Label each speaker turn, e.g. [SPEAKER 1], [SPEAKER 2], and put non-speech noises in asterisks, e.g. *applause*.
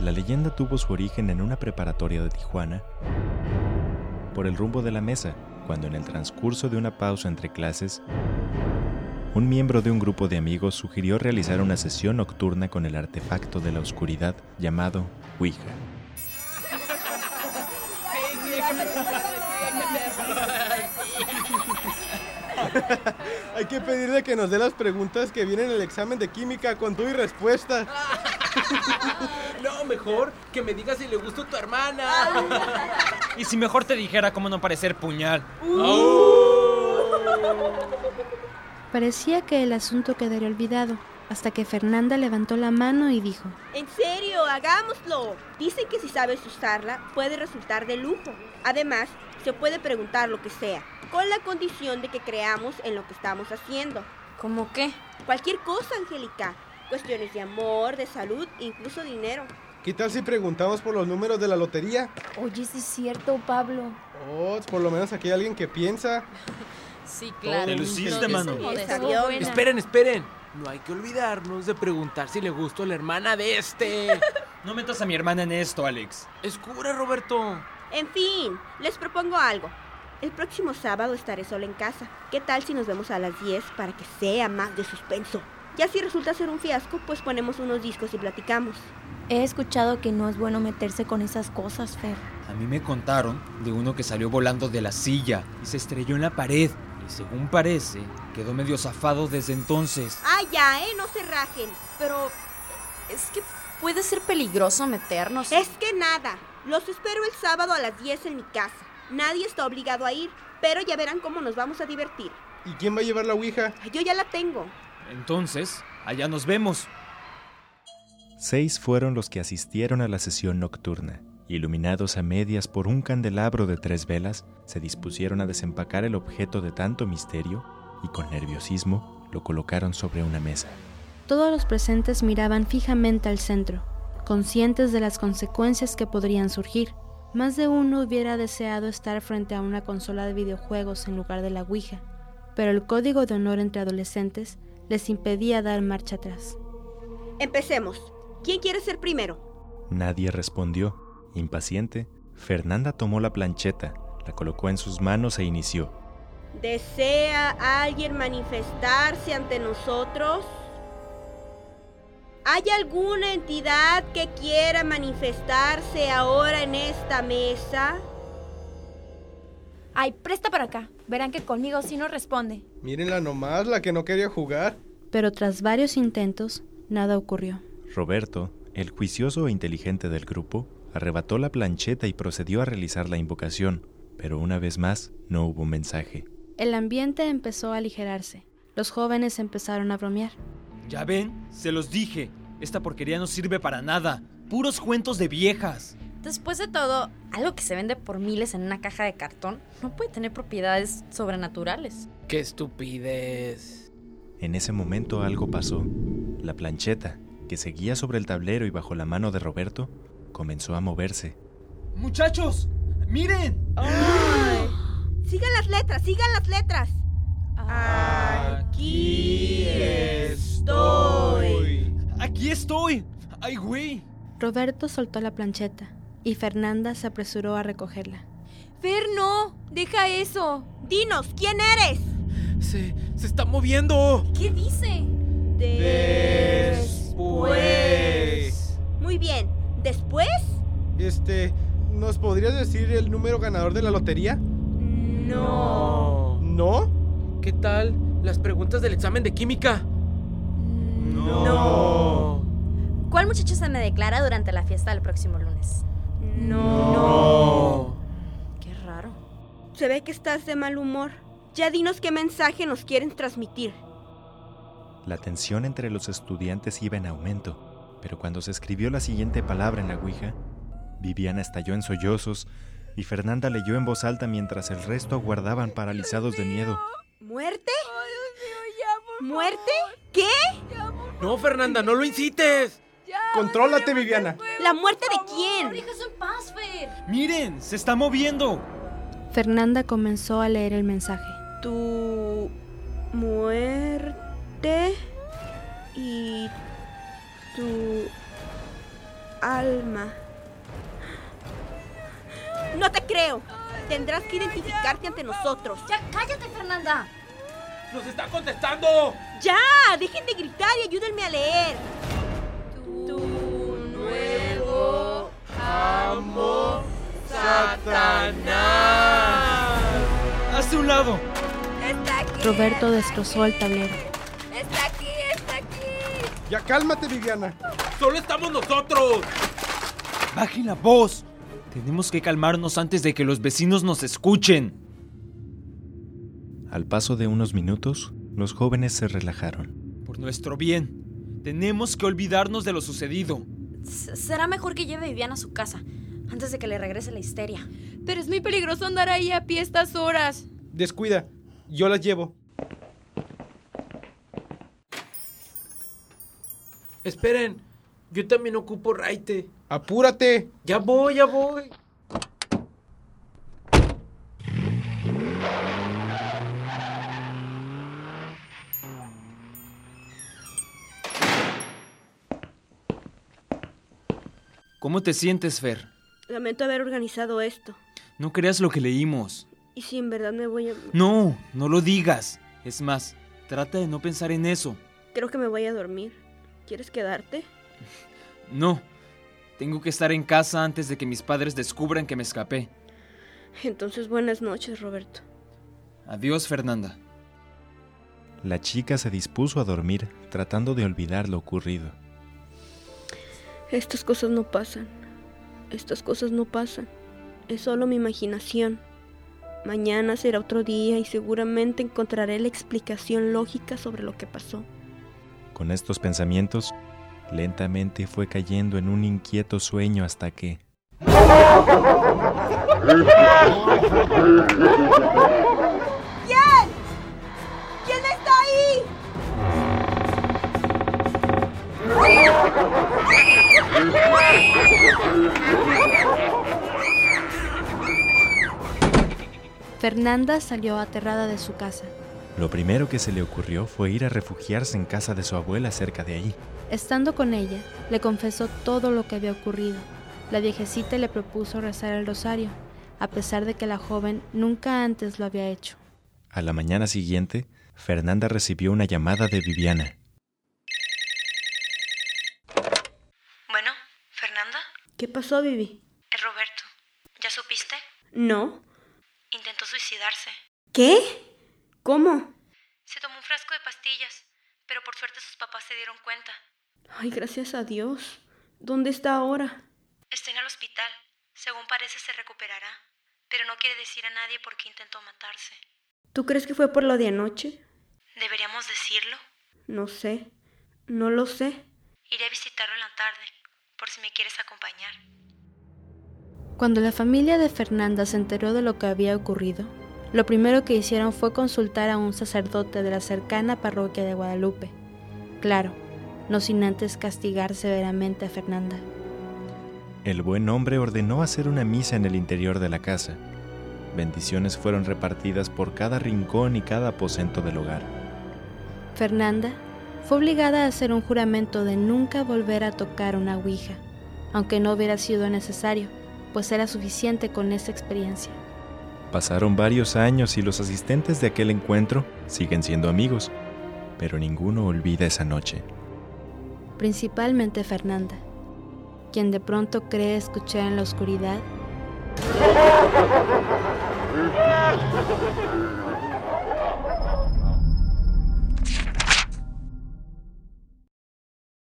[SPEAKER 1] La leyenda tuvo su origen en una preparatoria de Tijuana, por el rumbo de la mesa, cuando en el transcurso de una pausa entre clases, un miembro de un grupo de amigos sugirió realizar una sesión nocturna con el artefacto de la oscuridad llamado Ouija.
[SPEAKER 2] Hay que pedirle que nos dé las preguntas que vienen en el examen de química con tu y respuesta.
[SPEAKER 3] No, mejor que me digas si le gusta tu hermana.
[SPEAKER 4] Y si mejor te dijera cómo no parecer puñal.
[SPEAKER 5] Parecía que el asunto quedaría olvidado, hasta que Fernanda levantó la mano y dijo,
[SPEAKER 6] En serio, hagámoslo. Dicen que si sabes usarla, puede resultar de lujo. Además, se puede preguntar lo que sea, con la condición de que creamos en lo que estamos haciendo.
[SPEAKER 7] ¿Cómo qué?
[SPEAKER 6] Cualquier cosa, Angélica. Cuestiones de amor, de salud, incluso dinero.
[SPEAKER 2] ¿Qué tal si preguntamos por los números de la lotería?
[SPEAKER 8] Oye, sí es cierto, Pablo.
[SPEAKER 2] Oh, por lo menos aquí hay alguien que piensa.
[SPEAKER 7] Sí, claro.
[SPEAKER 4] Te luciste, mano.
[SPEAKER 7] Oh,
[SPEAKER 6] Esa
[SPEAKER 8] Estuvo
[SPEAKER 6] vio.
[SPEAKER 8] buena.
[SPEAKER 3] Esperen, esperen. No hay que olvidarnos de preguntar si le gustó la hermana de este.
[SPEAKER 4] No metas a mi hermana en esto, Alex.
[SPEAKER 3] Escura, Roberto.
[SPEAKER 6] En fin, les propongo algo. El próximo sábado estaré sola en casa. ¿Qué tal si nos vemos a las 10 para que sea más de suspenso? Ya si resulta ser un fiasco, pues ponemos unos discos y platicamos.
[SPEAKER 8] He escuchado que no es bueno meterse con esas cosas, Fer.
[SPEAKER 4] A mí me contaron de uno que salió volando de la silla y se estrelló en la pared. Y según parece, quedó medio zafado desde entonces.
[SPEAKER 6] Ah, ya, ¿eh? No se rajen.
[SPEAKER 7] Pero es que puede ser peligroso meternos.
[SPEAKER 6] Es que nada. Los espero el sábado a las 10 en mi casa. Nadie está obligado a ir, pero ya verán cómo nos vamos a divertir.
[SPEAKER 2] ¿Y quién va a llevar la ouija?
[SPEAKER 6] Ay, Yo ya la tengo.
[SPEAKER 4] Entonces, allá nos vemos.
[SPEAKER 1] Seis fueron los que asistieron a la sesión nocturna. Iluminados a medias por un candelabro de tres velas, se dispusieron a desempacar el objeto de tanto misterio y con nerviosismo lo colocaron sobre una mesa.
[SPEAKER 5] todos los presentes miraban fijamente al centro, conscientes de las consecuencias que podrían surgir. Más de uno hubiera deseado estar frente a una consola de videojuegos en lugar de la Ouija, pero el código de honor entre adolescentes les impedía dar marcha atrás.
[SPEAKER 6] Empecemos. ¿Quién quiere ser primero?
[SPEAKER 1] Nadie respondió. Impaciente, Fernanda tomó la plancheta, la colocó en sus manos e inició.
[SPEAKER 6] ¿Desea alguien manifestarse ante nosotros? ¿Hay alguna entidad que quiera manifestarse ahora en esta mesa?
[SPEAKER 8] Ay, presta para acá. Verán que conmigo sí no responde.
[SPEAKER 2] Mírenla nomás, la que no quería jugar.
[SPEAKER 5] Pero tras varios intentos, nada ocurrió.
[SPEAKER 1] Roberto, el juicioso e inteligente del grupo, arrebató la plancheta y procedió a realizar la invocación, pero una vez más no hubo mensaje.
[SPEAKER 5] El ambiente empezó a aligerarse. Los jóvenes empezaron a bromear.
[SPEAKER 4] Ya ven, se los dije. Esta porquería no sirve para nada. Puros cuentos de viejas.
[SPEAKER 7] Después de todo, algo que se vende por miles en una caja de cartón no puede tener propiedades sobrenaturales.
[SPEAKER 3] Qué estupidez.
[SPEAKER 1] En ese momento algo pasó. La plancheta, que seguía sobre el tablero y bajo la mano de Roberto, comenzó a moverse.
[SPEAKER 4] Muchachos, miren.
[SPEAKER 6] *gasps* Sigan las letras, sigan las letras. Aquí estoy.
[SPEAKER 4] Aquí estoy. Ay, güey.
[SPEAKER 5] Roberto soltó la plancheta y Fernanda se apresuró a recogerla.
[SPEAKER 8] Fer, no. Deja eso.
[SPEAKER 6] Dinos, ¿quién eres?
[SPEAKER 3] Se, se está moviendo.
[SPEAKER 8] ¿Qué dice?
[SPEAKER 3] Después.
[SPEAKER 6] Muy bien, ¿después?
[SPEAKER 2] Este, ¿nos podrías decir el número ganador de la lotería?
[SPEAKER 3] No.
[SPEAKER 2] ¿No?
[SPEAKER 3] ¿Qué tal las preguntas del examen de química?
[SPEAKER 4] No.
[SPEAKER 7] ¿Cuál muchacho se me declara durante la fiesta del próximo lunes?
[SPEAKER 3] No.
[SPEAKER 7] Qué raro.
[SPEAKER 6] Se ve que estás de mal humor. Ya dinos qué mensaje nos quieren transmitir.
[SPEAKER 1] La tensión entre los estudiantes iba en aumento, pero cuando se escribió la siguiente palabra en la Ouija, Viviana estalló en sollozos y Fernanda leyó en voz alta mientras el resto aguardaban paralizados de miedo.
[SPEAKER 6] ¿Muerte? ¿Muerte? ¿Qué?
[SPEAKER 3] No, Fernanda, no lo incites.
[SPEAKER 2] Contrólate, Viviana.
[SPEAKER 6] ¿La muerte de quién?
[SPEAKER 7] Déjanos en paz, Fer.
[SPEAKER 4] Miren, se está moviendo.
[SPEAKER 5] Fernanda comenzó a leer el mensaje.
[SPEAKER 6] Tu muerte y tu alma. No te creo. Tendrás que identificarte ante nosotros.
[SPEAKER 7] Ya cállate, Fernanda.
[SPEAKER 3] ¡Nos está contestando!
[SPEAKER 6] ¡Ya! ¡Dejen de gritar y ayúdenme a leer! Tu nuevo
[SPEAKER 2] Amo Satanás.
[SPEAKER 4] ¡Hazte un lado!
[SPEAKER 6] está aquí.
[SPEAKER 5] Roberto destrozó el tablero.
[SPEAKER 6] Está aquí, está aquí.
[SPEAKER 2] Ya cálmate, Viviana.
[SPEAKER 3] ¡Solo estamos nosotros!
[SPEAKER 4] ¡Bajen la voz! Tenemos que calmarnos antes de que los vecinos nos escuchen.
[SPEAKER 1] Al paso de unos minutos, los jóvenes se relajaron.
[SPEAKER 4] Por nuestro bien, tenemos que olvidarnos de lo sucedido.
[SPEAKER 7] S- será mejor que lleve a Viviana a su casa antes de que le regrese la histeria.
[SPEAKER 9] Pero es muy peligroso andar ahí a pie estas horas.
[SPEAKER 2] Descuida. Yo las llevo.
[SPEAKER 3] Esperen, yo también ocupo raite.
[SPEAKER 2] Apúrate.
[SPEAKER 3] Ya voy, ya voy.
[SPEAKER 4] ¿Cómo te sientes, Fer?
[SPEAKER 6] Lamento haber organizado esto.
[SPEAKER 4] No creas lo que leímos.
[SPEAKER 6] Y si en verdad me voy a...
[SPEAKER 4] No, no lo digas. Es más, trata de no pensar en eso.
[SPEAKER 6] Creo que me voy a dormir. ¿Quieres quedarte?
[SPEAKER 4] No. Tengo que estar en casa antes de que mis padres descubran que me escapé.
[SPEAKER 6] Entonces buenas noches, Roberto.
[SPEAKER 4] Adiós, Fernanda.
[SPEAKER 1] La chica se dispuso a dormir tratando de olvidar lo ocurrido.
[SPEAKER 6] Estas cosas no pasan. Estas cosas no pasan. Es solo mi imaginación. Mañana será otro día y seguramente encontraré la explicación lógica sobre lo que pasó.
[SPEAKER 1] Con estos pensamientos, lentamente fue cayendo en un inquieto sueño hasta que,
[SPEAKER 6] ¿Quién está ahí?
[SPEAKER 5] Fernanda salió aterrada de su casa.
[SPEAKER 1] lo primero que se le ocurrió fue ir a refugiarse en casa de su abuela cerca de ahí.
[SPEAKER 5] Estando con ella, le confesó todo lo que había ocurrido. La viejecita le propuso rezar el rosario, a pesar de que la joven nunca antes lo había hecho.
[SPEAKER 1] A la mañana siguiente, Fernanda recibió una llamada de Viviana.
[SPEAKER 10] Bueno, Fernanda,
[SPEAKER 6] ¿Qué pasó, Vivi?
[SPEAKER 10] es Roberto. ¿Ya supiste?
[SPEAKER 6] No.
[SPEAKER 10] Intentó suicidarse.
[SPEAKER 6] ¿Qué? ¿Cómo?
[SPEAKER 10] Se tomó un frasco de pastillas, pero por suerte sus papás se dieron cuenta.
[SPEAKER 6] Ay, gracias a Dios. ¿Dónde está ahora?
[SPEAKER 10] Está en el hospital. Según parece se recuperará, pero no quiere decir a nadie por qué intentó matarse.
[SPEAKER 6] ¿Tú crees que fue por lo de anoche?
[SPEAKER 10] ¿Deberíamos decirlo?
[SPEAKER 6] No sé. No lo sé.
[SPEAKER 10] Iré a visitarlo en la tarde, por si me quieres acompañar.
[SPEAKER 5] Cuando la familia de Fernanda se enteró de lo que había ocurrido, lo primero que hicieron fue consultar a un sacerdote de la cercana parroquia de Guadalupe. Claro, no sin antes castigar severamente a Fernanda.
[SPEAKER 1] El buen hombre ordenó hacer una misa en el interior de la casa. Bendiciones fueron repartidas por cada rincón y cada aposento del hogar.
[SPEAKER 5] Fernanda fue obligada a hacer un juramento de nunca volver a tocar una ouija, aunque no hubiera sido necesario, pues era suficiente con esta experiencia.
[SPEAKER 1] Pasaron varios años y los asistentes de aquel encuentro siguen siendo amigos, pero ninguno olvida esa noche.
[SPEAKER 5] principalmente Fernanda, quien de pronto cree escuchar en la oscuridad